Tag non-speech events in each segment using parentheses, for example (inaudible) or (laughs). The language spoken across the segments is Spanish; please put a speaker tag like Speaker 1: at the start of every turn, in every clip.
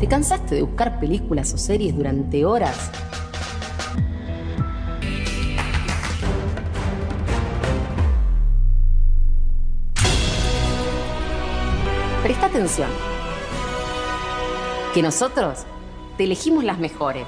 Speaker 1: ¿Te cansaste de buscar películas o series durante horas? Presta atención. Que nosotros te elegimos las mejores.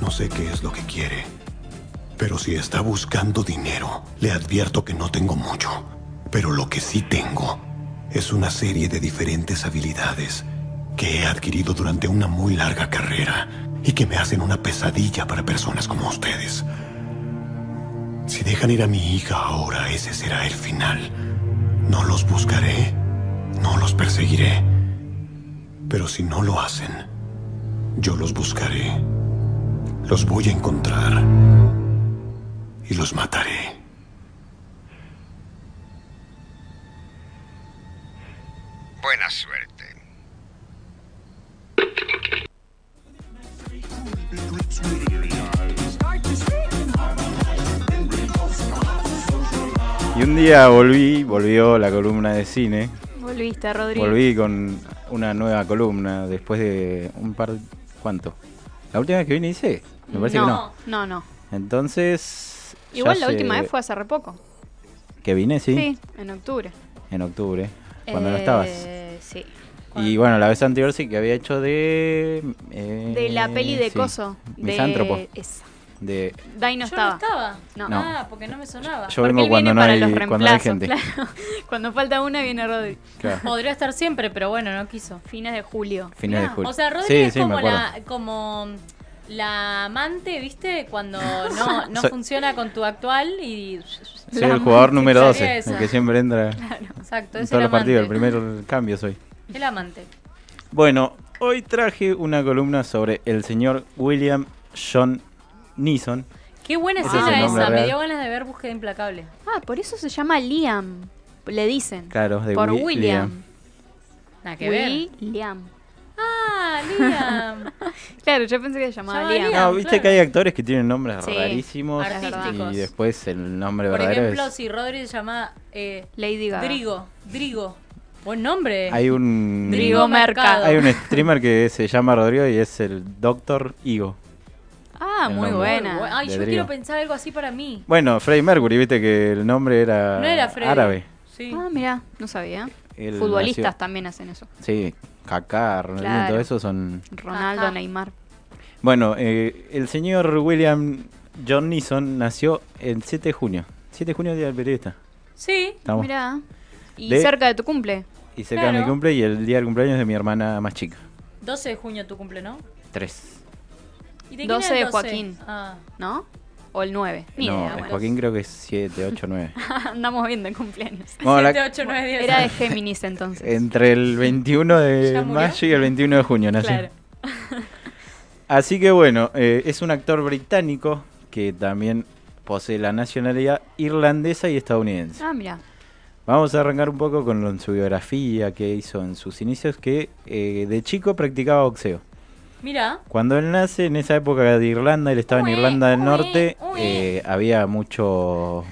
Speaker 2: No sé qué es lo que quiere. Pero si está buscando dinero, le advierto que no tengo mucho. Pero lo que sí tengo es una serie de diferentes habilidades que he adquirido durante una muy larga carrera y que me hacen una pesadilla para personas como ustedes. Si dejan ir a mi hija ahora, ese será el final. No los buscaré, no los perseguiré. Pero si no lo hacen, yo los buscaré. Los voy a encontrar y los mataré.
Speaker 3: Buena suerte.
Speaker 4: Y un día volví, volvió la columna de cine.
Speaker 5: Volviste, Rodrigo.
Speaker 4: Volví con una nueva columna después de un par. ¿Cuánto? La última vez que vine hice. Me parece
Speaker 5: no,
Speaker 4: que
Speaker 5: no, no.
Speaker 4: no. Entonces. ya
Speaker 5: Igual la
Speaker 4: hace-
Speaker 5: última vez fue hace re poco.
Speaker 4: Que vine, sí.
Speaker 5: Sí, en octubre.
Speaker 4: En octubre. Cuando no estabas.
Speaker 5: Eh, Sí.
Speaker 4: Y bueno, la vez anterior sí que había hecho de. eh,
Speaker 5: De la peli de
Speaker 4: sí,
Speaker 5: Coso. de-
Speaker 4: Misántropo.
Speaker 5: Esa.
Speaker 4: De,
Speaker 5: Dai no
Speaker 6: Yo
Speaker 5: estaba.
Speaker 6: no estaba.
Speaker 5: No.
Speaker 4: No.
Speaker 6: Ah, porque no me sonaba.
Speaker 4: Yo
Speaker 5: Porque
Speaker 4: vengo
Speaker 5: él
Speaker 4: cuando
Speaker 5: viene
Speaker 4: no,
Speaker 5: para
Speaker 4: hay,
Speaker 5: los
Speaker 4: cuando hay
Speaker 5: reemplazos,
Speaker 4: gente.
Speaker 5: claro. (laughs) Cuando falta una viene Rodri. (laughs)
Speaker 4: Claro.
Speaker 6: Podría estar siempre, pero bueno, no quiso.
Speaker 5: Fines de julio.
Speaker 4: Final de julio.
Speaker 6: O sea, Rodri
Speaker 4: sí,
Speaker 6: es
Speaker 4: sí, me
Speaker 6: como,
Speaker 4: acuerdo.
Speaker 6: la, como mm, la amante, ¿viste?
Speaker 4: (laughs)
Speaker 6: Cuando no, no
Speaker 4: Soy-
Speaker 6: funciona con tu actual y...
Speaker 4: Soy el jugador número 12,
Speaker 6: Esa.
Speaker 4: el que siempre entra
Speaker 6: Exacto,
Speaker 4: en todos
Speaker 6: es el
Speaker 4: los
Speaker 6: amante.
Speaker 4: partidos, el primer cambio soy.
Speaker 6: El amante.
Speaker 4: Bueno, hoy traje una columna sobre el señor William John Neeson.
Speaker 6: Qué buena
Speaker 4: Ese
Speaker 5: es
Speaker 6: escena
Speaker 5: el
Speaker 6: esa.
Speaker 5: nombre
Speaker 4: real.
Speaker 6: Me dio ganas de ver Búsqueda Implacable.
Speaker 5: Ah, por eso se llama Liam. Le dicen.
Speaker 4: Claro, de
Speaker 5: por
Speaker 4: Wi-
Speaker 5: William.
Speaker 6: Nada que ver.
Speaker 5: William.
Speaker 6: Ah,
Speaker 4: (laughs)
Speaker 6: Liam.
Speaker 5: Claro, yo pensé que se llamaba
Speaker 6: Llamaba
Speaker 5: Liam.
Speaker 6: Liam.
Speaker 4: No, viste
Speaker 6: claro.
Speaker 4: que hay actores que tienen nombres
Speaker 5: Sí,
Speaker 4: rarísimos
Speaker 6: artísticos.
Speaker 4: y después el nombre
Speaker 6: Por
Speaker 4: verdadero
Speaker 6: ejemplo,
Speaker 4: es...
Speaker 6: si Rodri se llama eh,
Speaker 5: Lady Gaga.
Speaker 6: Drigo. Drigo. Buen nombre.
Speaker 4: Hay un
Speaker 5: Drigo Mercado.
Speaker 4: hay un streamer que se llama Rodrigo y es el Doctor Higo.
Speaker 5: Ah,
Speaker 4: El
Speaker 5: muy
Speaker 4: nombre.
Speaker 5: buena.
Speaker 6: Muy bu- Ay,
Speaker 4: De
Speaker 6: yo
Speaker 4: Drigo.
Speaker 6: quiero pensar algo así para mí.
Speaker 4: Bueno, Freddie Mercury, viste que el nombre era,
Speaker 6: No era Freddy.
Speaker 4: Ah, árabe.
Speaker 6: Sí.
Speaker 5: Ah, mira, no sabía.
Speaker 4: Él
Speaker 5: Futbolistas
Speaker 4: nació-
Speaker 5: también hacen eso.
Speaker 4: Sí, Kaká, Ronaldinho,
Speaker 5: Claro.
Speaker 4: todo eso son...
Speaker 5: Ronaldo,
Speaker 6: Ajá.
Speaker 5: Neymar.
Speaker 4: Bueno, eh, el señor William John Neeson nació el 7 de junio. 7 de junio, Día del Periodista.
Speaker 6: Sí.
Speaker 4: Estamos.
Speaker 5: Mira. Y
Speaker 4: De-
Speaker 5: cerca de tu cumple.
Speaker 4: Y cerca de mi
Speaker 6: Claro.
Speaker 4: cumple y el día del cumpleaños de mi hermana más chica.
Speaker 6: 12 de junio tu cumple, ¿no?
Speaker 4: 3.
Speaker 6: ¿Y de
Speaker 5: 12
Speaker 6: es
Speaker 5: de Joaquín.
Speaker 6: Ah.
Speaker 5: ¿No? O el 9. Ni
Speaker 4: no,
Speaker 5: idea,
Speaker 4: el
Speaker 5: bueno.
Speaker 4: Joaquín creo que es 7, 8,
Speaker 6: (laughs)
Speaker 4: 9.
Speaker 5: (laughs) Andamos bien de cumpleaños.
Speaker 4: Bueno,
Speaker 6: 7,
Speaker 4: la-
Speaker 6: 8, 9,
Speaker 4: (laughs)
Speaker 6: 10.
Speaker 5: Era de Géminis entonces.
Speaker 4: entre el 21 de
Speaker 6: ¿Ya murió?
Speaker 4: mayo y el 21 de junio nació.
Speaker 6: Claro.
Speaker 4: Así que bueno, eh, es un actor británico que también posee la nacionalidad irlandesa y estadounidense.
Speaker 5: (laughs) Ah, mira.
Speaker 4: Vamos a arrancar un poco con lo- su biografía que hizo en sus inicios, que eh, de chico practicaba boxeo.
Speaker 6: Mira.
Speaker 4: Cuando él nace, en esa época de Irlanda, él estaba en
Speaker 6: Ué,
Speaker 4: Irlanda del
Speaker 6: ué,
Speaker 4: Norte,
Speaker 6: ué.
Speaker 4: eh, había mucho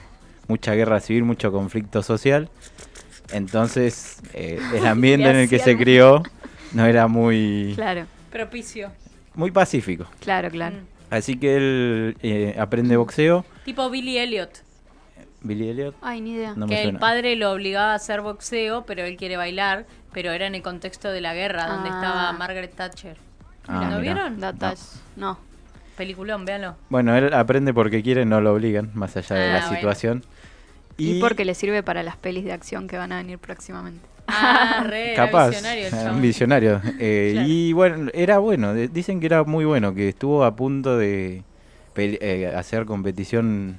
Speaker 4: mucha guerra civil, mucho conflicto social. Entonces, eh, el ambiente en el que se
Speaker 5: hacían-
Speaker 4: crió no era muy,
Speaker 5: Claro,
Speaker 6: Propicio. Mm.
Speaker 4: muy pacífico.
Speaker 5: claro, claro.
Speaker 4: Así que él eh, aprende boxeo.
Speaker 6: Tipo Billy Elliot.
Speaker 4: Billy Elliot,
Speaker 5: Ay, ni idea.
Speaker 4: no me
Speaker 6: que el
Speaker 4: suena.
Speaker 6: padre lo obligaba a hacer boxeo, pero él quiere bailar. Pero era en el contexto de la guerra, donde
Speaker 5: Ah.
Speaker 6: estaba Margaret Thatcher.
Speaker 4: Ah,
Speaker 6: ¿Lo
Speaker 4: mirá.
Speaker 6: vieron?
Speaker 5: Datas. No.
Speaker 6: Peliculón, véanlo.
Speaker 5: (laughs)
Speaker 4: Bueno, él aprende porque quiere, no lo obligan, más allá de
Speaker 6: Ah,
Speaker 4: la
Speaker 6: bueno.
Speaker 4: situación.
Speaker 5: Y... porque le sirve para las pelis de acción que van a venir próximamente.
Speaker 6: Ah, re, era
Speaker 4: capaz,
Speaker 6: visionario
Speaker 4: (laughs)
Speaker 6: el
Speaker 4: era
Speaker 6: chabón.
Speaker 4: un
Speaker 6: (laughs)
Speaker 4: visionario. Eh,
Speaker 6: Claro.
Speaker 4: Y bueno, era bueno, de- dicen que era muy bueno, que estuvo a punto de pele- eh, hacer competición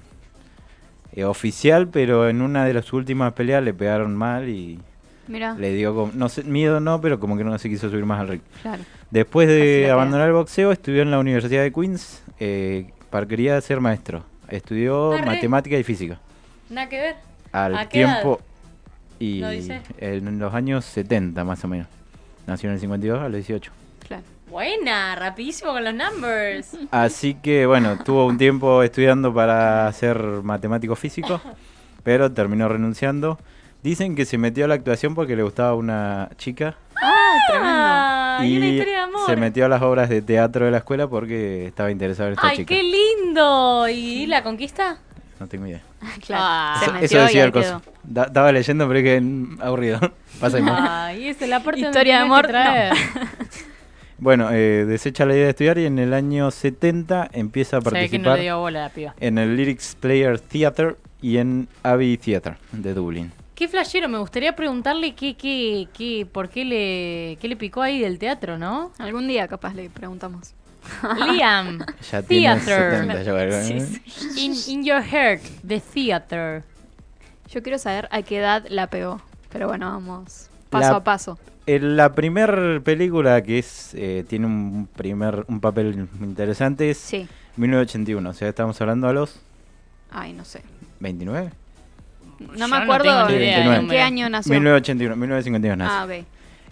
Speaker 4: eh, oficial, pero en una de las últimas peleas le pegaron mal y
Speaker 6: Ah.
Speaker 5: Mira,
Speaker 4: le dio, como- no sé, miedo no, pero como que no se quiso subir más al ring.
Speaker 5: claro.
Speaker 4: Después
Speaker 5: Así la
Speaker 4: de
Speaker 5: queda.
Speaker 4: abandonar el boxeo, estudió en la Universidad de Queens, eh, para quería ser maestro. Estudió
Speaker 6: Arre.
Speaker 4: matemática y física.
Speaker 6: Nada que ver.
Speaker 4: Al
Speaker 6: ¿A qué edad?
Speaker 4: tiempo y
Speaker 6: ¿No dice?
Speaker 4: en los años 70 más o menos. Nació en el 52 a los 18.
Speaker 5: Claro.
Speaker 6: Buena, rapidísimo con los numbers.
Speaker 4: Así que bueno, estuvo un tiempo estudiando para ser matemático
Speaker 6: (laughs)
Speaker 4: físico, pero terminó renunciando. Dicen que se metió a la actuación porque le gustaba una chica
Speaker 6: Ah, y una
Speaker 4: y
Speaker 6: historia de amor.
Speaker 4: se metió a las obras de teatro de la escuela porque estaba interesado en esta
Speaker 6: Ay,
Speaker 4: chica.
Speaker 6: qué lindo. ¿Y la conquista?
Speaker 4: No tengo idea.
Speaker 5: (laughs) Claro.
Speaker 6: Ah.
Speaker 5: Se
Speaker 4: Eso-
Speaker 5: metió
Speaker 4: eso
Speaker 5: y
Speaker 4: decía
Speaker 5: ahí
Speaker 4: el coso.
Speaker 5: quedó.
Speaker 4: Da- Estaba leyendo, pero es que mm, aburrido. (laughs) Pasa de
Speaker 6: (laughs)
Speaker 4: moda.
Speaker 6: Ay, esa es la parte donde
Speaker 5: Historia de
Speaker 6: tenés
Speaker 5: amor.
Speaker 4: (laughs)
Speaker 6: que traer.
Speaker 5: no.
Speaker 4: Bueno, eh, desecha la idea de estudiar y en el año 70 empieza a
Speaker 6: Se ve que no
Speaker 4: participar
Speaker 6: le dio bola a la piba.
Speaker 4: en el Lyrics Player Theatre y en Abbey Theatre de Dublín.
Speaker 6: Qué flashero, me gustaría preguntarle qué, qué, qué, por qué le, qué le picó ahí del
Speaker 4: (laughs)
Speaker 6: teatro, ¿no?
Speaker 5: Algún día capaz le preguntamos.
Speaker 6: Liam,
Speaker 4: Ya tiene
Speaker 6: Theatre.
Speaker 4: 70, ya, ¿verdad?
Speaker 6: in, in your heart, the theater.
Speaker 5: Yo quiero saber a qué edad la pegó. Pero bueno, vamos paso
Speaker 4: La-
Speaker 5: a paso.
Speaker 4: En Eh, la primera película que es eh, tiene un primer un papel interesante es
Speaker 5: Sí.
Speaker 4: 1981, o sea, estamos hablando a los
Speaker 5: Ay, no sé.
Speaker 4: 29.
Speaker 5: No
Speaker 4: Pues
Speaker 6: Yo
Speaker 5: me
Speaker 6: no
Speaker 5: acuerdo
Speaker 6: tengo ni
Speaker 5: de
Speaker 4: idea del
Speaker 5: en qué
Speaker 6: número.
Speaker 5: año nació.
Speaker 4: 1981, 1952 nace.
Speaker 5: Ah, ok.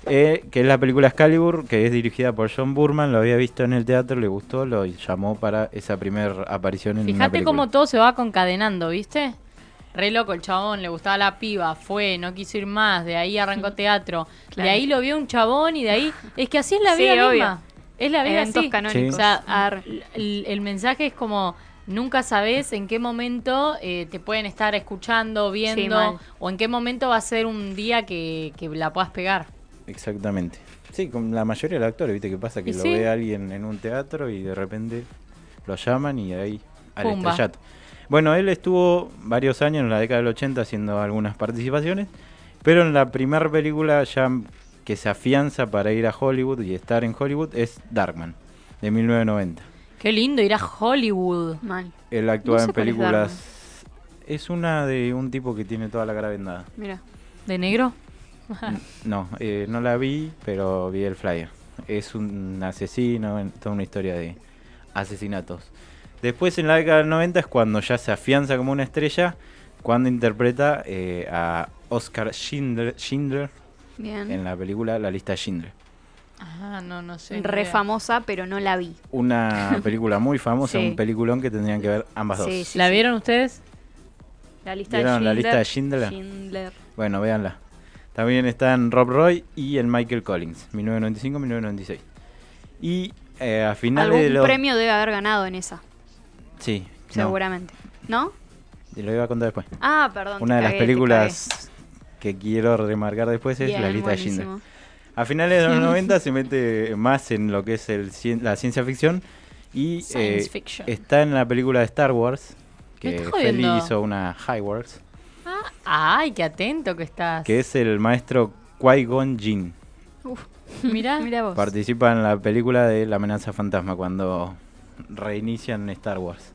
Speaker 4: Eh, que es la película Excalibur, que es dirigida por John Burman, lo había visto en el teatro, le gustó, lo llamó para esa primera aparición en una
Speaker 6: Fíjate
Speaker 4: película.
Speaker 6: cómo todo se va concadenando, ¿viste? Re loco, el chabón le gustaba la piba, fue, no quiso ir más, de ahí arrancó teatro,
Speaker 5: Claro.
Speaker 6: de ahí lo vio un chabón y de ahí. Es que así es la
Speaker 5: Sí,
Speaker 6: vida
Speaker 5: obvio.
Speaker 6: misma. Es la vida
Speaker 5: Eventos
Speaker 6: así.
Speaker 5: canónicos.
Speaker 4: Sí.
Speaker 6: O sea, ar- el, el mensaje es como nunca sabes en qué momento eh, te pueden estar escuchando, viendo,
Speaker 5: mal.
Speaker 6: o en qué momento va a ser un día que, que la puedas pegar.
Speaker 4: Exactamente. Sí, con la mayoría de los actores, ¿viste qué pasa? Que
Speaker 6: Y
Speaker 4: lo
Speaker 6: sí.
Speaker 4: ve alguien en un teatro y de repente lo llaman y ahí al
Speaker 6: Pumba.
Speaker 4: estrellato. Bueno, él estuvo varios años en la década del 80 haciendo algunas participaciones, pero en la primera película ya que se afianza para ir a Hollywood y estar en Hollywood es Darkman, de 1990.
Speaker 6: Qué lindo ir a Hollywood.
Speaker 5: Mal.
Speaker 4: Él actúa
Speaker 5: No sé
Speaker 4: en
Speaker 5: cuál es
Speaker 4: películas... Es una de un tipo que tiene toda la cara vendada.
Speaker 5: Mira.
Speaker 6: ¿De negro?
Speaker 4: No, eh, no la vi, pero vi el flyer. Es un asesino, en- toda una historia de asesinatos. Después, en la década del 90 es cuando ya se afianza como una estrella, cuando interpreta eh, a Oscar Schindler, Schindler en
Speaker 5: Bien.
Speaker 4: la película La lista Schindler.
Speaker 6: Ah, no, no sé.
Speaker 5: Re famosa, pero no la vi. (laughs)
Speaker 4: Una película muy famosa,
Speaker 5: Sí.
Speaker 4: un peliculón que tendrían que ver ambas
Speaker 5: Sí,
Speaker 4: dos.
Speaker 5: sí.
Speaker 6: ¿La vieron ustedes?
Speaker 5: La lista
Speaker 4: ¿Vieron la
Speaker 5: de Schindler.
Speaker 4: lista de Schindler?
Speaker 5: Schindler.
Speaker 4: Bueno, véanla. También están Rob Roy y el Michael Collins, 1995-1996. Y eh, a finales de
Speaker 5: Algún
Speaker 4: los...
Speaker 5: premio debe haber ganado en esa,
Speaker 4: Sí, no.
Speaker 5: seguramente. ¿No?
Speaker 4: Y lo iba a contar después.
Speaker 5: Ah, perdón. te
Speaker 4: Una de las
Speaker 5: cagué, te
Speaker 4: películas que quiero remarcar después es
Speaker 5: cagué.
Speaker 4: La
Speaker 5: Bien,
Speaker 4: lista de Schindler.
Speaker 5: buenísimo.
Speaker 4: A finales de los 90 se mete más en lo que es el cien- la ciencia ficción y
Speaker 6: Science
Speaker 4: eh,
Speaker 6: fiction.
Speaker 4: está en la película de Star Wars,
Speaker 6: Me
Speaker 4: que
Speaker 6: estás
Speaker 4: Feli
Speaker 6: jodiendo.
Speaker 4: hizo una High Wars,
Speaker 6: Ah, ay, qué atento que estás.
Speaker 4: que es el maestro Qui-Gon Jinn. (laughs)
Speaker 5: (laughs)
Speaker 6: Mirá.
Speaker 5: Mira vos.
Speaker 4: Participa en la película de La amenaza fantasma cuando reinician Star Wars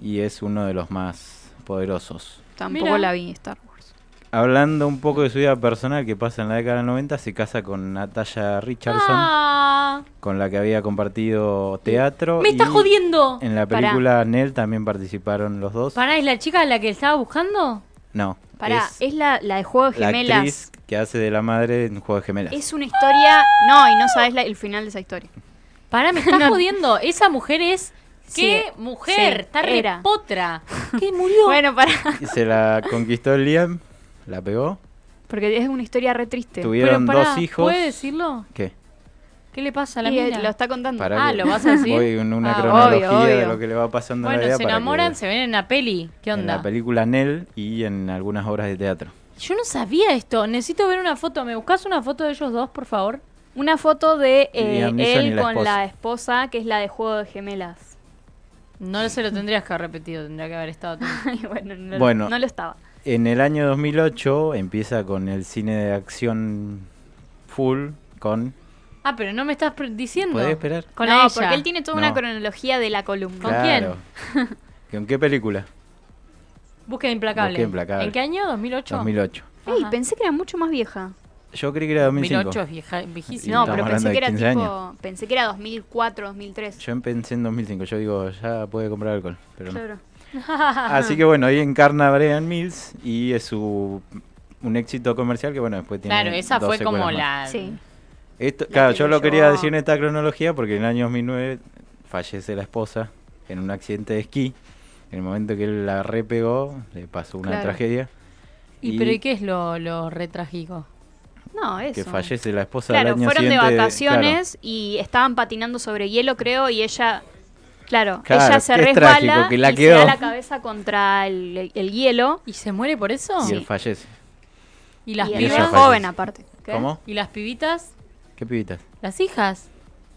Speaker 4: y es uno de los más poderosos.
Speaker 5: Tampoco
Speaker 6: Mira.
Speaker 5: la vi Star Wars.
Speaker 4: Hablando un poco de su vida personal que pasa en la década del 90, se casa con Natalia Richardson,
Speaker 6: Ah,
Speaker 4: con la que había compartido teatro.
Speaker 6: me
Speaker 4: y
Speaker 6: estás jodiendo.
Speaker 4: En la
Speaker 5: Pará.
Speaker 4: película Nell también participaron los dos.
Speaker 6: Pará, ¿es la chica a la que estaba buscando?
Speaker 4: No,
Speaker 5: Pará, es,
Speaker 4: es
Speaker 5: la, la de Juego de
Speaker 4: la
Speaker 5: Gemelas.
Speaker 4: actriz que hace de la madre en Juego de Gemelas.
Speaker 5: Es una historia. No, y no sabes la- el final de esa historia.
Speaker 6: Pará, (laughs) me estás jodiendo. Esa mujer es.
Speaker 5: Sí,
Speaker 6: ¡Qué mujer!
Speaker 5: sí,
Speaker 6: está
Speaker 5: era.
Speaker 6: re (laughs) potra. ¿Qué murió?
Speaker 5: Bueno, para.
Speaker 4: Y Se la conquistó Liam, la pegó.
Speaker 5: (laughs) Porque es una historia re triste.
Speaker 4: Tuvi-
Speaker 6: Pero
Speaker 4: tuvieron
Speaker 6: pará,
Speaker 4: dos hijos.
Speaker 6: ¿Puede decirlo?
Speaker 4: ¿Qué?
Speaker 6: ¿Qué le pasa a la
Speaker 5: Y, eh,
Speaker 6: mina?
Speaker 5: lo está contando.
Speaker 4: Pará
Speaker 6: Ah,
Speaker 4: que
Speaker 6: ¿lo vas a decir?
Speaker 4: Voy en una
Speaker 6: Ah,
Speaker 4: cronología
Speaker 5: obvio,
Speaker 4: de
Speaker 5: obvio.
Speaker 4: lo que le va pasando en la vida
Speaker 6: Bueno, se
Speaker 4: para que
Speaker 6: enamoran,
Speaker 4: vea.
Speaker 6: se ven en la peli. ¿Qué
Speaker 4: En la
Speaker 6: onda?
Speaker 4: película Nell y en algunas obras de teatro.
Speaker 6: Yo no sabía esto. Necesito ver una foto. ¿Me buscas una foto de ellos dos, por favor?
Speaker 5: Una foto de eh,
Speaker 4: Liam Neeson y
Speaker 5: él
Speaker 4: la
Speaker 5: con
Speaker 4: esposa.
Speaker 5: la esposa, que es la de Juego de Gemelas. (laughs)
Speaker 6: No se lo tendrías que haber repetido. Tendría que haber estado. atento.
Speaker 5: Y bueno, no, lo-
Speaker 4: Bueno.
Speaker 5: no lo estaba.
Speaker 4: En el año 2008 empieza con el cine de acción full con...
Speaker 6: Ah, pero no me estás pre- diciendo.
Speaker 4: ¿Podés esperar?
Speaker 6: Con
Speaker 5: no,
Speaker 6: ella.
Speaker 5: porque él tiene toda una
Speaker 4: No.
Speaker 5: cronología de la columna.
Speaker 6: ¿Con quién? (laughs)
Speaker 4: ¿Con qué película?
Speaker 6: Búsqueda implacable.
Speaker 4: Búsqueda implacable.
Speaker 6: ¿En qué año? ¿2008?
Speaker 4: 2008.
Speaker 5: Ey,
Speaker 6: Ajá.
Speaker 5: pensé que era mucho más vieja.
Speaker 4: Yo creí que era 2005.
Speaker 6: 2008 es vieja, viejísimo.
Speaker 5: No,
Speaker 4: estamos
Speaker 5: pero
Speaker 4: hablando
Speaker 5: pensé
Speaker 4: de
Speaker 5: que era
Speaker 4: 15
Speaker 5: tipo.
Speaker 4: años.
Speaker 5: Pensé que era 2004, 2003.
Speaker 4: Yo pensé en 2005. Yo digo, ya puede comprar alcohol. Pero no.
Speaker 5: Claro.
Speaker 4: (laughs) Así que bueno, ahí encarna a Brian Mills y es su un éxito comercial que bueno, después tiene
Speaker 6: Claro, esa
Speaker 4: dos
Speaker 6: fue como
Speaker 4: secuelas más.
Speaker 5: (laughs)
Speaker 6: la.
Speaker 5: Sí.
Speaker 4: Esto-
Speaker 5: la
Speaker 4: claro,
Speaker 5: que
Speaker 4: yo
Speaker 5: lo
Speaker 4: lo quería
Speaker 5: llevó-
Speaker 4: decir en esta cronología porque en el año 2009 fallece la esposa en un accidente de esquí. En el momento que él la repegó, le pasó una
Speaker 5: Claro.
Speaker 4: tragedia.
Speaker 6: ¿Y pero ¿y qué es lo, lo retragico?
Speaker 5: No, eso.
Speaker 4: Que fallece la esposa del
Speaker 5: Claro,
Speaker 4: año
Speaker 5: fueron de
Speaker 4: siguiente,
Speaker 5: vacaciones y estaban patinando sobre hielo, creo, y ella, claro,
Speaker 4: Claro,
Speaker 5: ella se
Speaker 4: qué
Speaker 5: resbala
Speaker 4: trágico que la
Speaker 5: y
Speaker 4: quedó.
Speaker 5: se da la cabeza contra el, el hielo.
Speaker 6: ¿Y se muere por eso?
Speaker 4: claro. Y
Speaker 5: Sí.
Speaker 4: él fallece.
Speaker 6: ¿Y las
Speaker 5: y
Speaker 4: pibas?
Speaker 5: era
Speaker 4: Ella
Speaker 6: pibitas?
Speaker 4: fallece.
Speaker 5: joven aparte. ¿Qué?
Speaker 4: ¿Cómo?
Speaker 6: ¿Y las pibitas?
Speaker 4: ¿Qué pibitas?
Speaker 6: ¿Las hijas?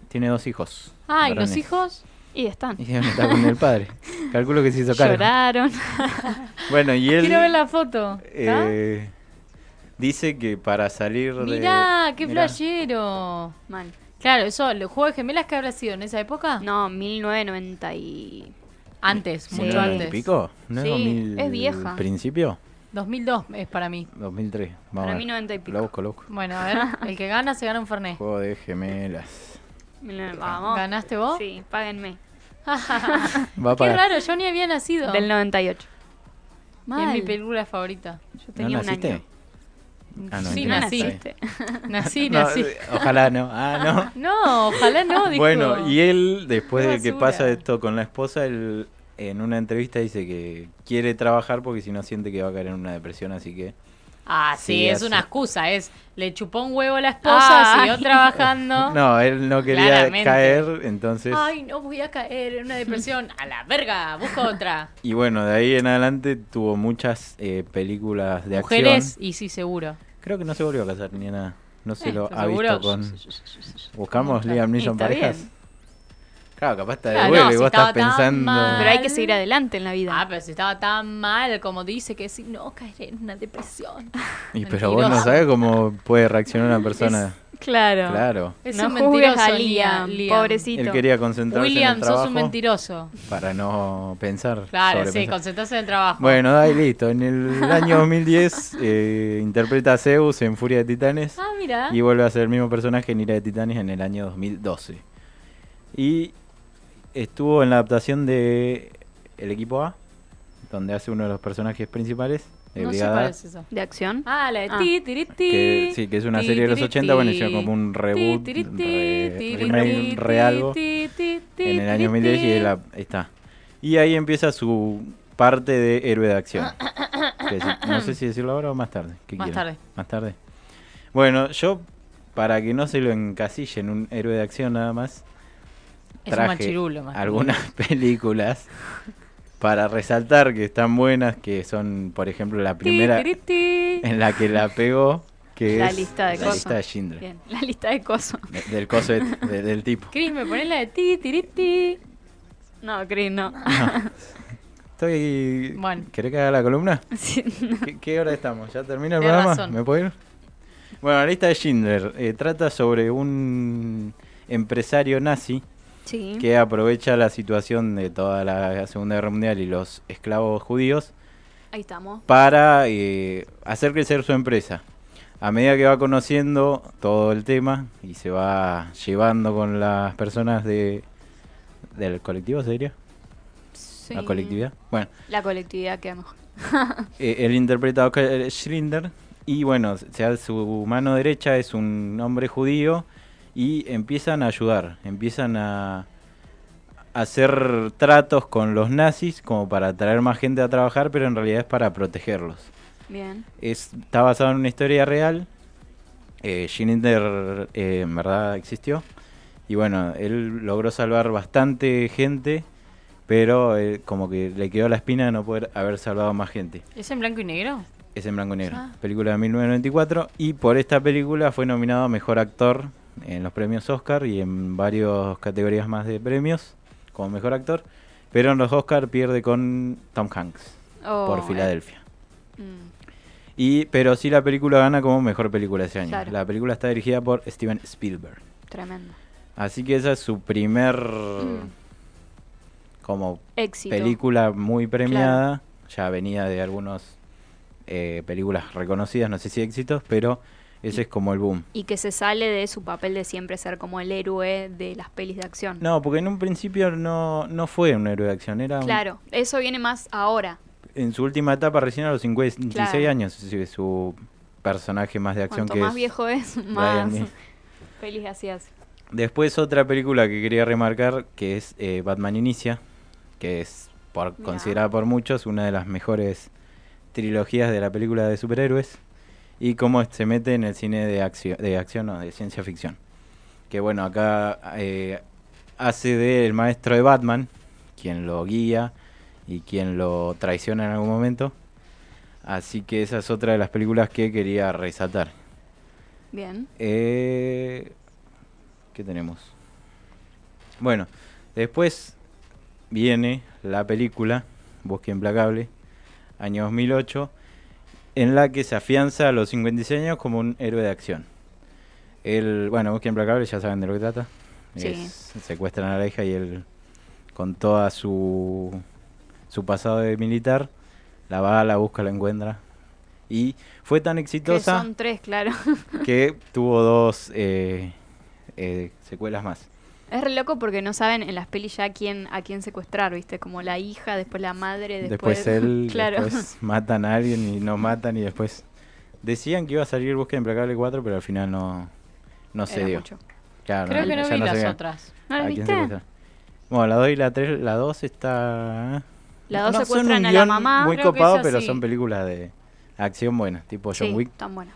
Speaker 4: Tiene dos hijos.
Speaker 6: Ah, ¿y los
Speaker 4: varones.
Speaker 6: hijos?
Speaker 5: Y están.
Speaker 4: (laughs) Y siempre está con el
Speaker 6: (laughs)
Speaker 4: padre. Calculo que se hizo cargo.
Speaker 5: Lloraron.
Speaker 4: Bueno, y él
Speaker 6: Quiero ver la foto. ¿Está?
Speaker 4: eh, dice que para salir de...
Speaker 6: Mirá, qué
Speaker 4: Mirá.
Speaker 6: flashero.
Speaker 5: Mal.
Speaker 6: Claro, eso, los juegos de gemelas que habrá sido en esa época?
Speaker 5: No, 1990 y...
Speaker 6: Antes,
Speaker 5: Sí.
Speaker 6: mucho
Speaker 4: ¿1900 y
Speaker 6: antes.
Speaker 4: pico? ¿No
Speaker 5: Sí,
Speaker 4: es 2000
Speaker 5: es vieja.
Speaker 4: ¿Principio?
Speaker 6: 2002 es para mí.
Speaker 4: 2003. Vamos
Speaker 5: Para
Speaker 4: a
Speaker 5: mí
Speaker 4: ver.
Speaker 5: 90 y pico.
Speaker 4: Lo busco, lo busco.
Speaker 6: Bueno,
Speaker 5: (laughs)
Speaker 6: a ver, el que gana se gana un Fernet.
Speaker 5: Oh.
Speaker 4: Juego de gemelas.
Speaker 5: Mil- Vamos.
Speaker 6: ¿Ganaste vos?
Speaker 5: Sí, páguenme.
Speaker 4: Va
Speaker 6: Qué
Speaker 4: para...
Speaker 6: raro, yo ni había nacido.
Speaker 5: Del 98.
Speaker 6: Y Es mi
Speaker 5: Mal.
Speaker 6: película (laughs) favorita.
Speaker 5: Yo
Speaker 4: ¿No
Speaker 5: tenía un
Speaker 4: naciste?
Speaker 5: año.
Speaker 4: Ah, no,
Speaker 6: sí,
Speaker 4: entiendo,
Speaker 5: No
Speaker 6: nací.
Speaker 4: está bien.
Speaker 5: naciste.
Speaker 6: Nací,
Speaker 4: No,
Speaker 6: nací.
Speaker 4: eh, ojalá no. Ah, no.
Speaker 6: No, ojalá no, dijo.
Speaker 4: bueno, y él, después
Speaker 6: Qué
Speaker 4: de que
Speaker 6: basura.
Speaker 4: pasa esto con la esposa, él en una entrevista dice que quiere trabajar porque si no siente que va a caer en una depresión, así que...
Speaker 6: Ah, sí,
Speaker 4: Sí,
Speaker 6: es
Speaker 4: así.
Speaker 6: una excusa, es le chupó un huevo a la esposa,
Speaker 5: Ay.
Speaker 6: siguió
Speaker 4: (laughs)
Speaker 6: trabajando.
Speaker 4: No, él no quería
Speaker 6: Claramente.
Speaker 4: caer, entonces...
Speaker 6: Ay, no voy a caer en una depresión. A la verga, busco otra.
Speaker 4: Y bueno, de ahí en adelante tuvo muchas eh, películas de
Speaker 6: Mujeres,
Speaker 4: acción.
Speaker 6: y sí, seguro.
Speaker 4: Creo que no se volvió a casar ni nada. No se
Speaker 6: Eh,
Speaker 4: lo
Speaker 6: ¿estás
Speaker 4: ha
Speaker 6: seguro?
Speaker 4: visto con... Buscamos Liam Neeson
Speaker 5: Está
Speaker 4: parejas.
Speaker 5: bien.
Speaker 4: Claro, capaz te
Speaker 6: Claro,
Speaker 4: devuelve,
Speaker 6: no, si
Speaker 4: vos
Speaker 6: estaba
Speaker 4: estás
Speaker 6: tan
Speaker 4: pensando...
Speaker 6: mal.
Speaker 5: Pero hay que seguir adelante en la vida.
Speaker 6: Ah, pero si estaba tan mal como dice que si no caeré en una depresión.
Speaker 4: Y pero vos no
Speaker 6: Mentiroso.
Speaker 4: sabes cómo puede reaccionar
Speaker 6: (laughs)
Speaker 4: una persona.
Speaker 5: claro.
Speaker 4: Claro.
Speaker 6: Es
Speaker 5: no
Speaker 6: un
Speaker 5: juzgues
Speaker 6: mentiroso,
Speaker 5: a
Speaker 6: Liam,
Speaker 5: Liam,
Speaker 6: Liam.
Speaker 5: pobrecito.
Speaker 4: Él quería concentrarse en
Speaker 6: William,
Speaker 4: el
Speaker 6: sos
Speaker 4: trabajo
Speaker 6: un mentiroso.
Speaker 4: para no pensar.
Speaker 6: Claro, sí,
Speaker 4: sobrepensar.
Speaker 6: concentrarse en el trabajo.
Speaker 4: Bueno, ahí listo. En el año 2010 eh, interpreta a Zeus en Furia de Titanes
Speaker 6: Ah, mira.
Speaker 4: y vuelve a ser el mismo personaje en Ira de Titanes en el año 2012. Y estuvo en la adaptación de El Equipo A, donde hace uno de los personajes principales, el
Speaker 6: No sé
Speaker 4: Brigada,
Speaker 6: cuál es eso.
Speaker 5: ¿De acción?
Speaker 6: Ah, la de
Speaker 5: Ah.
Speaker 6: ti, tiri, ti.
Speaker 4: que, sí, que es una
Speaker 6: Ti,
Speaker 4: serie de los
Speaker 6: tiri,
Speaker 4: 80, bueno,
Speaker 6: ti.
Speaker 4: hicieron como un
Speaker 6: Ti,
Speaker 4: reboot,
Speaker 6: tiri, ti,
Speaker 4: re-
Speaker 6: tiri,
Speaker 4: remake,
Speaker 6: ti,
Speaker 4: realgo,
Speaker 6: ti, ti, ti,
Speaker 4: en el año
Speaker 6: tiri,
Speaker 4: 2010 y
Speaker 6: ti.
Speaker 4: él la- está. Y ahí empieza su parte de héroe de
Speaker 6: (coughs)
Speaker 4: acción. Que si- no sé si decirlo ahora o más tarde. ¿qué
Speaker 6: Más
Speaker 4: quieren?
Speaker 6: tarde.
Speaker 4: Más tarde. Bueno, yo, para que no se lo encasille en un héroe de acción nada más,
Speaker 6: Es un machirulo, más.
Speaker 4: algunas (laughs) películas para resaltar que están buenas, que son, por ejemplo, la
Speaker 6: Ti,
Speaker 4: primera
Speaker 6: tiri, ti.
Speaker 4: en la que la pegó, que
Speaker 5: La
Speaker 4: es
Speaker 5: lista de
Speaker 4: la
Speaker 5: cosas.
Speaker 4: lista de Schindler.
Speaker 5: Bien. La lista de cosas.
Speaker 4: De- del coso de- de- del tipo.
Speaker 6: Cris, me pones la de ti, tiri, ti.
Speaker 5: No, Chris, no.
Speaker 4: Estoy...
Speaker 6: Bueno.
Speaker 4: ¿Querés que haga la columna?
Speaker 5: Sí.
Speaker 4: ¿Qué, qué hora estamos? ¿Ya termina el
Speaker 6: Tenés
Speaker 4: programa?
Speaker 6: razón.
Speaker 4: ¿Me puedo ir? Bueno, la lista de Schindler eh, trata sobre un empresario nazi
Speaker 5: Sí.
Speaker 4: que aprovecha la situación de toda la Segunda Guerra Mundial y los esclavos judíos
Speaker 5: Ahí estamos.
Speaker 4: para eh, hacer crecer su empresa. A medida que va conociendo todo el tema y se va llevando con las personas de, del colectivo, ¿sería?
Speaker 5: Sí.
Speaker 4: La colectividad. Bueno,
Speaker 5: La colectividad queda mejor.
Speaker 4: Eh, él interpreta a Oscar Schindler y bueno, se- se hace- su mano derecha es un hombre judío y empiezan a ayudar, empiezan a a hacer tratos con los nazis como para atraer más gente a trabajar, pero en realidad es para protegerlos.
Speaker 5: Bien.
Speaker 4: Es, está basado en una historia real, eh, Schindler eh, en verdad existió y bueno, él logró salvar bastante gente, pero eh, como que le quedó la espina de no poder haber salvado más gente.
Speaker 6: ¿Es en blanco y negro?
Speaker 4: Es en blanco y negro.
Speaker 6: Ah.
Speaker 4: Película de 1994. Y por esta película fue nominado a Mejor Actor en los premios Oscar y en varias categorías más de premios como Mejor Actor. Pero en los Oscar pierde con Tom Hanks
Speaker 5: Oh,
Speaker 4: por
Speaker 5: eh.
Speaker 4: Filadelfia.
Speaker 5: Mm.
Speaker 4: Y, pero sí la película gana como Mejor Película ese año.
Speaker 5: Claro.
Speaker 4: La película está dirigida por Steven Spielberg.
Speaker 5: Tremendo.
Speaker 4: Así que esa es su primer...
Speaker 5: Mm.
Speaker 4: Como
Speaker 5: Éxito.
Speaker 4: película muy premiada. eh, Ya venía de algunas películas reconocidas, no sé si éxitos, pero Ese es como el boom.
Speaker 5: Y que se sale de su papel de siempre ser como el héroe de las pelis de acción.
Speaker 4: No, porque en un principio no, no fue un héroe de acción, era un-
Speaker 5: Claro, eso viene más ahora.
Speaker 4: en su última etapa recién a los 56
Speaker 5: Claro.
Speaker 4: años es su personaje más de acción
Speaker 5: Cuanto
Speaker 4: que
Speaker 5: más
Speaker 4: es
Speaker 5: viejo es,
Speaker 4: Brian
Speaker 5: más
Speaker 4: May.
Speaker 5: (laughs) pelis así hace.
Speaker 4: Después otra película que quería remarcar que es eh, Batman Inicia, que es por-
Speaker 5: Mirá.
Speaker 4: considerada por muchos una de las mejores trilogías de la película de superhéroes y cómo se mete en el cine de acción, de acción o de ciencia ficción. Que bueno, acá eh, hace del maestro de Batman, quien lo guía y quien lo traiciona en algún momento. Así que esa es otra de las películas que quería resaltar.
Speaker 5: Bien.
Speaker 4: Eh, ¿Qué tenemos? Bueno, después viene la película Bosque Implacable, año 2008, en la que se afianza a los 56 años como un héroe de acción. El, bueno, Bosque Implacable ya saben de lo que trata.
Speaker 5: Sí.
Speaker 4: Es- secuestran a la hija y él, con toda su, su pasado de militar, la va, la busca, la encuentra. Y fue tan
Speaker 5: Que
Speaker 4: exitosa
Speaker 5: son tres, claro. (laughs)
Speaker 4: que tuvo dos eh, eh, secuelas más.
Speaker 5: Es re loco porque no saben en las pelis ya a quién, a quién secuestrar, ¿viste? Como la hija, después la madre, después...
Speaker 4: Después, él,
Speaker 5: (laughs) claro.
Speaker 4: después matan a alguien y no matan y después... Decían que iba a salir Búsqueda Implacable 4, pero al final no, no se
Speaker 5: Era
Speaker 4: dio.
Speaker 5: mucho.
Speaker 4: Claro,
Speaker 6: Creo que no
Speaker 4: ya
Speaker 6: vi las
Speaker 4: sabían
Speaker 6: otras.
Speaker 5: ¿No la
Speaker 4: a quién
Speaker 5: viste?
Speaker 4: secuestrar. Bueno, la 2 y la 3, la 2 está...
Speaker 5: La
Speaker 4: no-
Speaker 5: dos
Speaker 4: no, son
Speaker 5: secuestran
Speaker 4: un
Speaker 5: a la
Speaker 4: guión
Speaker 5: mamá.
Speaker 4: Muy
Speaker 6: Creo que
Speaker 4: copado,
Speaker 6: esa
Speaker 4: pero
Speaker 6: sí.
Speaker 4: son películas de acción buenas, tipo John
Speaker 5: sí,
Speaker 4: Wick,
Speaker 5: están buenas.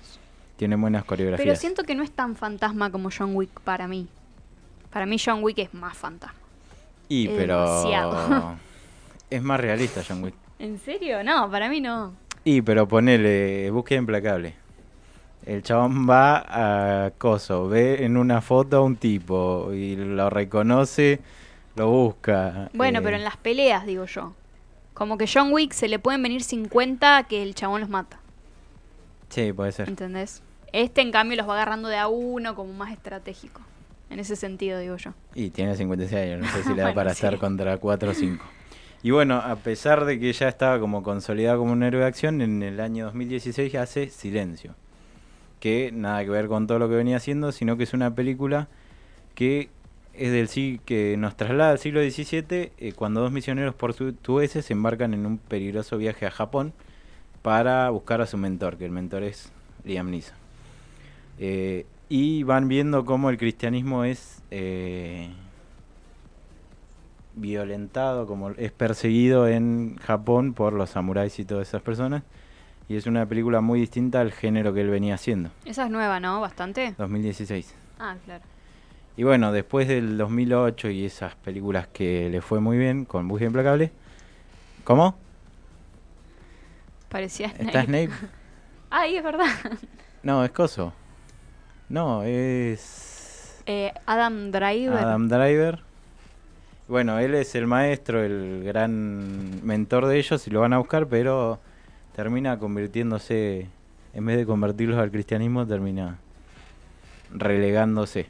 Speaker 4: tienen buenas coreografías.
Speaker 5: Pero siento que no es tan fantasma como John Wick para mí. Para mí John Wick es más fantasma.
Speaker 4: y
Speaker 5: es
Speaker 4: pero...
Speaker 5: demasiado.
Speaker 4: es más realista John Wick.
Speaker 5: ¿En serio? No, para mí no.
Speaker 4: Y pero ponele, búsqueda implacable. El chabón va a Coso, ve en una foto a un tipo y lo reconoce, lo busca.
Speaker 5: Bueno,
Speaker 4: eh,
Speaker 5: pero en las peleas, digo yo. Como que John Wick se le pueden venir 50 que el chabón los mata.
Speaker 4: Sí, puede ser.
Speaker 5: ¿Entendés? Este, en cambio, los va agarrando de a uno como más estratégico. En ese sentido, digo yo.
Speaker 4: Y tiene 56 años, no sé si le
Speaker 5: (laughs)
Speaker 4: da
Speaker 5: Bueno,
Speaker 4: para
Speaker 5: sí.
Speaker 4: estar contra 4 o 5. Y bueno, a pesar de que ya estaba como consolidado como un héroe de acción, en el año 2016 hace Silencio. Que nada que ver con todo lo que venía haciendo, sino que es una película que es del sig- que nos traslada al siglo XVII, eh, cuando dos misioneros portugueses se embarcan en un peligroso viaje a Japón para buscar a su mentor, que el mentor es Liam Neeson. Eh, y van viendo cómo el cristianismo es eh, violentado, como es perseguido en Japón por los samuráis y todas esas personas. Y es una película muy distinta al género que él venía haciendo,
Speaker 5: Esa es nueva, ¿no? Bastante.
Speaker 4: 2016.
Speaker 5: Ah, claro.
Speaker 4: Y bueno, después del 2008 y esas películas que le fue muy bien con Búsqueda Implacable. ¿Cómo?
Speaker 5: Parecía
Speaker 4: ¿Está
Speaker 5: Snape.
Speaker 4: Snape?
Speaker 5: Ay,
Speaker 4: (laughs)
Speaker 5: es verdad.
Speaker 4: No, es Coso. No, es...
Speaker 5: Eh, Adam Driver.
Speaker 4: Adam Driver. Bueno, él es el maestro, el gran mentor de ellos y lo van a buscar, pero termina convirtiéndose, en vez de convertirlos al cristianismo, termina relegándose.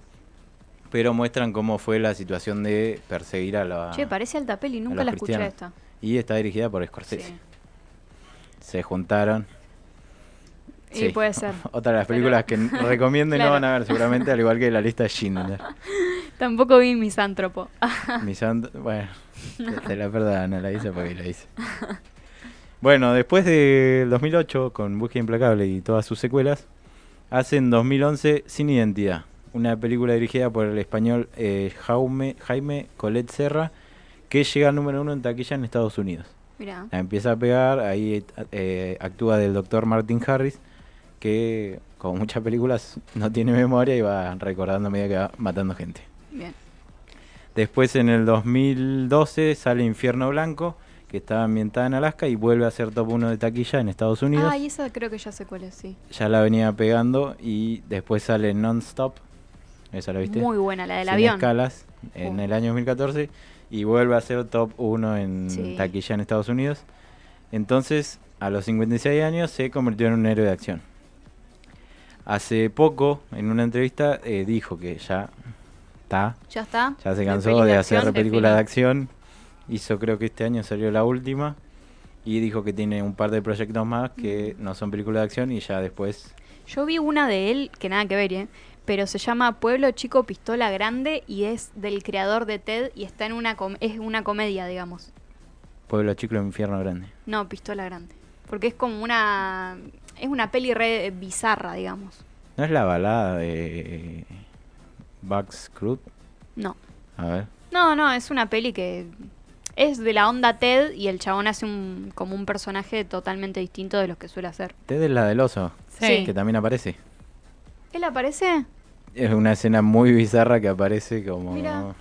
Speaker 4: Pero muestran cómo fue la situación de perseguir a la...
Speaker 5: Che, parece alta peli,
Speaker 4: los
Speaker 5: nunca la escuché
Speaker 4: cristianos.
Speaker 5: esta.
Speaker 4: Y está dirigida por Scorsese.
Speaker 5: Sí.
Speaker 4: Se juntaron.
Speaker 5: Y puede ser.
Speaker 4: (laughs) Otra de las películas que recomiendo y
Speaker 5: (laughs) Claro.
Speaker 4: no van a ver, seguramente, al igual que la lista de Schindler.
Speaker 5: Tampoco vi Misántropo. Ah,
Speaker 4: Mi santo- bueno, te la perdona, la hice porque la hice. Bueno, después del 2008, con Búsqueda Implacable y todas sus secuelas, hacen 2011 Sin Identidad, una película dirigida por el español eh, Jaume- Jaime Colet Serra, que llega al número uno en taquilla en Estados Unidos.
Speaker 5: Mirá.
Speaker 4: La empieza a pegar, ahí eh, actúa del doctor Martin Harris, que como muchas películas no tiene memoria y va recordando a medida que va matando gente.
Speaker 5: Bien.
Speaker 4: Después en el 2012 sale Infierno Blanco, que estaba ambientada en Alaska y vuelve a ser top 1 de taquilla en Estados Unidos.
Speaker 5: Ah, y esa creo que ya sé cuál es, sí.
Speaker 4: Ya la venía pegando y después sale Non-Stop. ¿Esa la viste?
Speaker 5: Muy buena, la del
Speaker 4: Sin
Speaker 5: avión.
Speaker 4: escalas en
Speaker 5: Uh.
Speaker 4: el año 2014 y vuelve a ser top 1 en
Speaker 5: Sí.
Speaker 4: taquilla en Estados Unidos. Entonces, a los 56 años se convirtió en un héroe de acción. Hace poco, en una entrevista, eh, dijo que ya está
Speaker 5: ¿Ya está?
Speaker 4: ya se
Speaker 5: De
Speaker 4: cansó
Speaker 5: pelis
Speaker 4: de,
Speaker 5: acción,
Speaker 4: hacer películas de
Speaker 5: fin.
Speaker 4: acción. Hizo, creo que este año salió la última. Y dijo que tiene un par de proyectos más que no son películas de acción y ya después
Speaker 5: Yo vi una de él, que nada que ver, ¿eh? pero se llama Pueblo Chico Pistola Grande y es del creador de Ted y está en una com- es una comedia, digamos.
Speaker 4: Pueblo Chico, Infierno Grande.
Speaker 5: No, Pistola Grande. Porque es como una... Es una peli re bizarra, digamos.
Speaker 4: ¿No es la balada de Bugs Cruz?
Speaker 5: No.
Speaker 4: A ver.
Speaker 5: No, no, es una peli que es de la onda Ted y el chabón hace un, como un personaje totalmente distinto de los que suele hacer.
Speaker 4: Ted es la del oso,
Speaker 5: Sí.
Speaker 4: que también aparece.
Speaker 5: ¿Él aparece?
Speaker 4: Es una escena muy bizarra que aparece como... (laughs)
Speaker 5: Mira.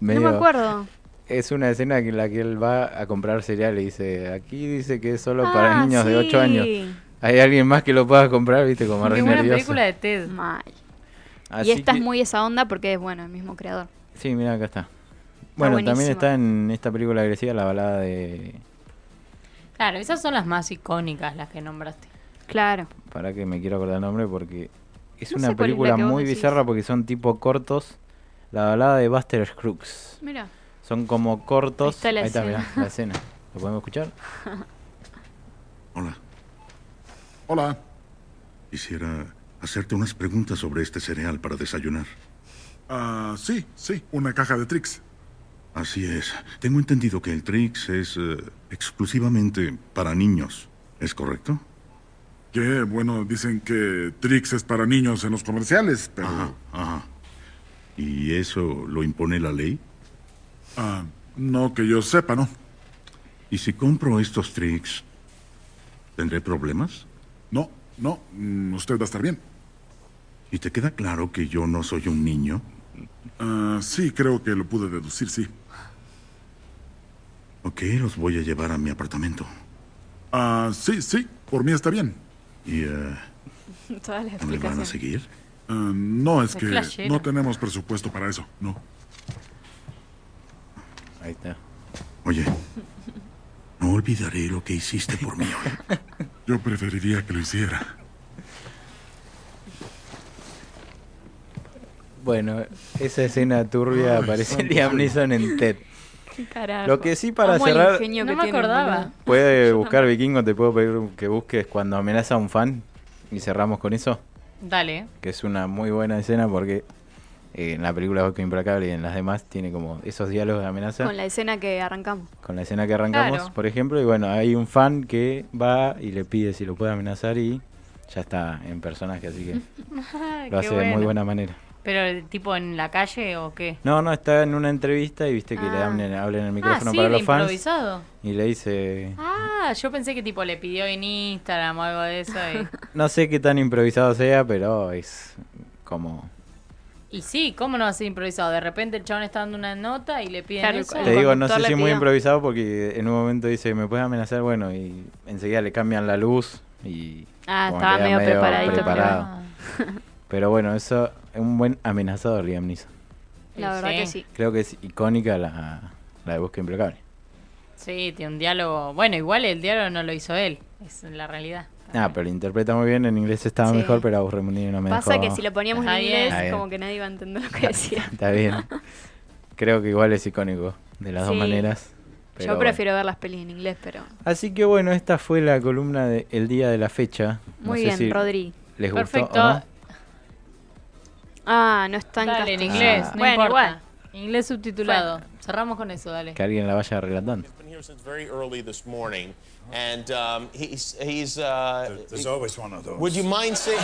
Speaker 4: medio-
Speaker 5: No me acuerdo.
Speaker 4: Es una escena en la que él va a comprar cereal y dice, aquí dice que es solo
Speaker 5: Ah,
Speaker 4: para niños de 8
Speaker 5: sí.
Speaker 4: años. Hay alguien más que lo pueda comprar, viste, como
Speaker 6: Qué
Speaker 4: re
Speaker 6: buena
Speaker 4: nervioso.
Speaker 6: película de Ted.
Speaker 5: Mal.
Speaker 4: Así
Speaker 5: Y esta
Speaker 4: que-
Speaker 5: es muy esa onda porque es, bueno, el mismo creador.
Speaker 4: Sí, mira, acá está. Bueno, también
Speaker 5: buenísima.
Speaker 4: está en esta película agresiva la balada de...
Speaker 6: Claro, esas son las más icónicas las que (laughs) nombraste.
Speaker 5: Claro.
Speaker 4: Para que me quiero acordar el nombre porque es
Speaker 5: No sé
Speaker 4: una
Speaker 5: cuál es la
Speaker 4: película
Speaker 5: que vos
Speaker 4: muy
Speaker 5: decís.
Speaker 4: bizarra porque son tipo cortos. La balada de Buster Scruggs.
Speaker 5: Mira.
Speaker 4: Son como cortos.
Speaker 5: Ahí está la
Speaker 4: mirá,
Speaker 5: escena.
Speaker 4: la escena. ¿Lo podemos escuchar?
Speaker 7: Hola,
Speaker 2: Hola.
Speaker 7: quisiera hacerte unas preguntas sobre este cereal para desayunar.
Speaker 8: Ah, sí, sí, una caja de tricks.
Speaker 7: Así es, tengo entendido que el Trix es eh, exclusivamente para niños, ¿es correcto?
Speaker 8: Que, bueno, dicen que tricks es para niños en los comerciales, pero...
Speaker 7: Ajá, ajá. ¿Y eso lo impone la ley?
Speaker 8: ah, no que yo sepa, ¿no?
Speaker 7: ¿Y si compro estos Trix, tendré problemas?
Speaker 8: No, no, mm, usted va a estar bien.
Speaker 7: ¿Y te queda claro que yo no soy un niño?
Speaker 8: Ah, sí, creo que lo pude deducir, sí.
Speaker 7: Ok, los voy a llevar a mi apartamento.
Speaker 8: Ah, sí, sí, por mí está bien.
Speaker 7: ¿Y eh,
Speaker 5: Todas las
Speaker 7: me van a
Speaker 5: explicaciones.
Speaker 7: seguir?
Speaker 8: Ah, no, es
Speaker 6: Qué
Speaker 8: que
Speaker 6: flashero.
Speaker 8: no tenemos presupuesto para eso, no.
Speaker 4: Ahí está.
Speaker 7: Oye, no olvidaré lo que hiciste por mí hoy.
Speaker 8: Yo preferiría que lo hiciera.
Speaker 4: Bueno, esa escena turbia aparece Liam Neeson en TED.
Speaker 5: Carajo.
Speaker 4: Lo que sí para
Speaker 5: Amo
Speaker 4: cerrar-
Speaker 5: El ingenio
Speaker 6: No
Speaker 5: que
Speaker 6: me
Speaker 5: tienen,
Speaker 6: acordaba.
Speaker 5: boludo.
Speaker 4: Puede buscar Vikingo, te puedo pedir que busques cuando amenaza a un fan. Y cerramos con eso,
Speaker 6: Dale.
Speaker 4: que es una muy buena escena porque eh, en la película Bosque Implacable y en las demás tiene como esos diálogos de amenaza.
Speaker 5: Con la escena que arrancamos.
Speaker 4: con la escena que arrancamos,
Speaker 6: Claro.
Speaker 4: por ejemplo, y bueno, hay un fan que va y le pide si lo puede amenazar y ya está en personaje, así que lo hace de muy buena manera.
Speaker 6: Pero tipo en la calle o qué?
Speaker 4: No, no, está en una entrevista y viste que le
Speaker 5: Ah.
Speaker 4: hablen, hablen el
Speaker 6: Ah,
Speaker 4: micrófono
Speaker 6: sí,
Speaker 4: para
Speaker 6: de
Speaker 4: los fans
Speaker 6: improvisado.
Speaker 4: y le dice,
Speaker 6: Ah, yo pensé que tipo le pidió en Instagram o algo de eso. (laughs) y-
Speaker 4: no sé qué tan improvisado sea, pero es como...
Speaker 6: Y, sí, ¿cómo no va a ser improvisado? De repente el chabón está dando una nota y le piden
Speaker 5: Claro,
Speaker 6: eso.
Speaker 5: El
Speaker 4: Te digo, no sé
Speaker 5: conductor
Speaker 4: si
Speaker 5: le
Speaker 4: es muy
Speaker 5: pidió.
Speaker 4: improvisado porque en un momento dice, me puedes amenazar, bueno, y enseguida le cambian la luz y...
Speaker 5: Ah,
Speaker 4: como
Speaker 5: estaba
Speaker 4: queda
Speaker 5: medio preparadito, pero-
Speaker 4: preparado.
Speaker 6: Ah,
Speaker 4: Pero bueno, eso es un buen amenazador, Liam Neeson.
Speaker 5: La
Speaker 6: Sí.
Speaker 5: verdad que sí.
Speaker 4: Creo que es icónica la, la de Búsqueda Implacable.
Speaker 6: Sí, tiene un diálogo. Bueno, igual el diálogo no lo hizo él. Es la realidad.
Speaker 4: Ah, pero lo interpreta muy bien, en inglés estaba
Speaker 5: Sí.
Speaker 4: mejor, pero a Remunir no me
Speaker 5: Pasa
Speaker 4: dejó.
Speaker 5: que
Speaker 4: (laughs)
Speaker 5: si lo poníamos en
Speaker 6: Está bien.
Speaker 5: inglés,
Speaker 4: Está bien.
Speaker 5: como que nadie iba a entender lo
Speaker 4: (laughs)
Speaker 5: que decía.
Speaker 4: Está bien. Creo que igual es icónico, de las dos
Speaker 5: Sí.
Speaker 4: maneras. pero
Speaker 5: Yo
Speaker 4: bueno.
Speaker 5: prefiero ver las pelis en inglés, pero.
Speaker 4: Así que bueno, esta fue la columna del día de la fecha. No
Speaker 5: Muy
Speaker 4: sé
Speaker 5: bien,
Speaker 4: si
Speaker 5: Rodri.
Speaker 4: ¿Les gustó
Speaker 6: Perfecto.
Speaker 4: o no?
Speaker 5: Ah, no está en
Speaker 6: Dale, en
Speaker 5: castellano.
Speaker 6: inglés,
Speaker 4: Ah.
Speaker 6: no
Speaker 5: bueno,
Speaker 6: importa.
Speaker 5: igual.
Speaker 6: Inglés subtitulado. Cerramos con eso, dale.
Speaker 4: Que alguien la vaya relatando.
Speaker 9: Been here since very early this morning, and um, he's he's. Uh,
Speaker 10: There's always one of those.
Speaker 9: would you mind saying?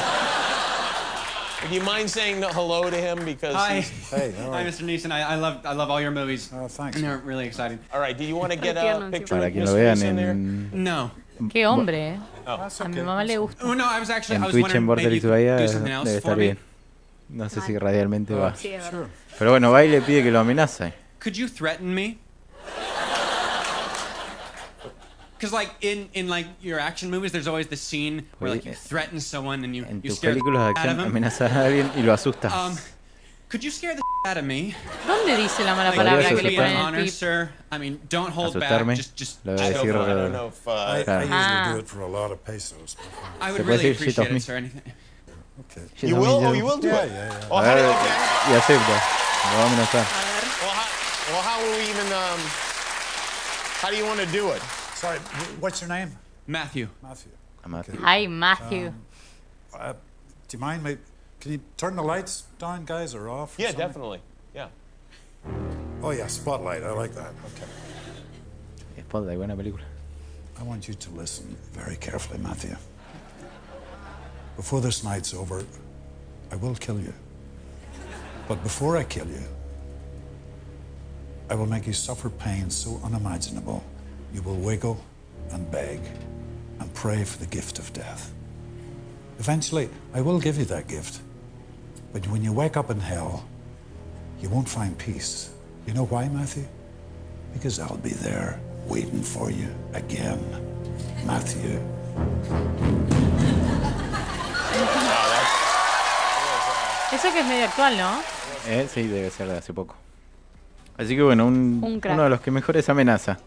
Speaker 9: would you mind saying the hello to him because?
Speaker 10: Hi.
Speaker 9: he's-
Speaker 10: Hey, all
Speaker 11: Hi,
Speaker 10: right.
Speaker 11: Mr. Neeson. I, I love I love all your movies.
Speaker 10: Oh, thanks.
Speaker 11: And they're really exciting.
Speaker 9: All right. Do you want to get
Speaker 5: Ay, tierno,
Speaker 9: a
Speaker 5: sí.
Speaker 9: picture
Speaker 4: Para
Speaker 9: of
Speaker 4: que lo
Speaker 9: Mr.
Speaker 4: vean
Speaker 9: Neeson there?
Speaker 4: en,
Speaker 11: No.
Speaker 6: Qué hombre, ¿eh?
Speaker 10: That's
Speaker 6: A mi
Speaker 10: okay.
Speaker 6: mamá le gusta.
Speaker 11: Oh no, I was actually
Speaker 4: en
Speaker 11: I was
Speaker 4: Twitch, en
Speaker 11: wondering maybe you
Speaker 4: Vortex
Speaker 11: could
Speaker 4: Bahía,
Speaker 11: do something else
Speaker 4: debe
Speaker 11: for
Speaker 4: estar
Speaker 11: me.
Speaker 4: bien. No sé si radialmente va.
Speaker 5: Sí, es verdad.
Speaker 10: Sure.
Speaker 4: Pero bueno, va y le pide que lo amenace.
Speaker 11: Could you threaten me? Because like in in like your action movies, there's always the scene where like you
Speaker 4: Oye,
Speaker 11: threaten someone and you
Speaker 4: En
Speaker 11: you
Speaker 4: tus
Speaker 11: scare the
Speaker 4: películas de
Speaker 11: out of
Speaker 4: acción
Speaker 11: them.
Speaker 4: amenazas a alguien y lo asustas.
Speaker 11: Um, could you scare the out of me?
Speaker 6: ¿Dónde dice la mala
Speaker 11: Like,
Speaker 4: Podrías
Speaker 6: palabra
Speaker 11: that
Speaker 6: que
Speaker 11: would
Speaker 6: le
Speaker 11: be
Speaker 4: asustar.
Speaker 11: an
Speaker 6: ponen en
Speaker 11: honor,
Speaker 6: el pip?
Speaker 11: sir. I mean, don't hold back.
Speaker 4: Asustarme.
Speaker 11: Just just.
Speaker 4: Lo voy a
Speaker 9: I don't,
Speaker 4: decir.
Speaker 9: know, I don't know if. Uh,
Speaker 10: I, I
Speaker 6: Ah.
Speaker 10: usually do it for a lot of pesos.
Speaker 11: I would
Speaker 4: Se puede
Speaker 11: really
Speaker 4: decir shit of
Speaker 11: appreciate
Speaker 4: me.
Speaker 11: it, sir. Anything.
Speaker 10: Okay.
Speaker 9: you will. Oh, you will do
Speaker 10: Yeah,
Speaker 9: it.
Speaker 10: yeah, yeah.
Speaker 9: Well,
Speaker 4: A
Speaker 9: how,
Speaker 4: ver,
Speaker 9: okay.
Speaker 4: y acepta. Lo va a amenazar.
Speaker 9: Well, how, well, how will we even? Um, how do you want to do it?
Speaker 10: Sorry, wh- what's your name?
Speaker 11: Matthew.
Speaker 10: Matthew.
Speaker 4: A Matthew.
Speaker 6: Ay, Matthew.
Speaker 10: Uh, do you mind? Maybe, can you turn the lights down, guys, or off? or
Speaker 9: Yeah,
Speaker 10: something?
Speaker 9: definitely. Yeah.
Speaker 10: Oh, yeah, spotlight. I like that. Okay.
Speaker 4: Spotlight, buena película.
Speaker 10: I want you to listen very carefully, Matthew. Before this night's over, I will kill you. But before I kill you, I will make you suffer pain so unimaginable you will wiggle and beg and pray for the gift of death. Eventually, I will give you that gift. But when you wake up in hell, you won't find peace. You know why, Matthew? Because I'll be there waiting for you again, Matthew.
Speaker 6: Eso que es medio actual, ¿no?
Speaker 4: Eh, sí, debe ser de hace poco. Así que bueno, un-
Speaker 6: Un crack.
Speaker 4: uno de los que mejores amenaza.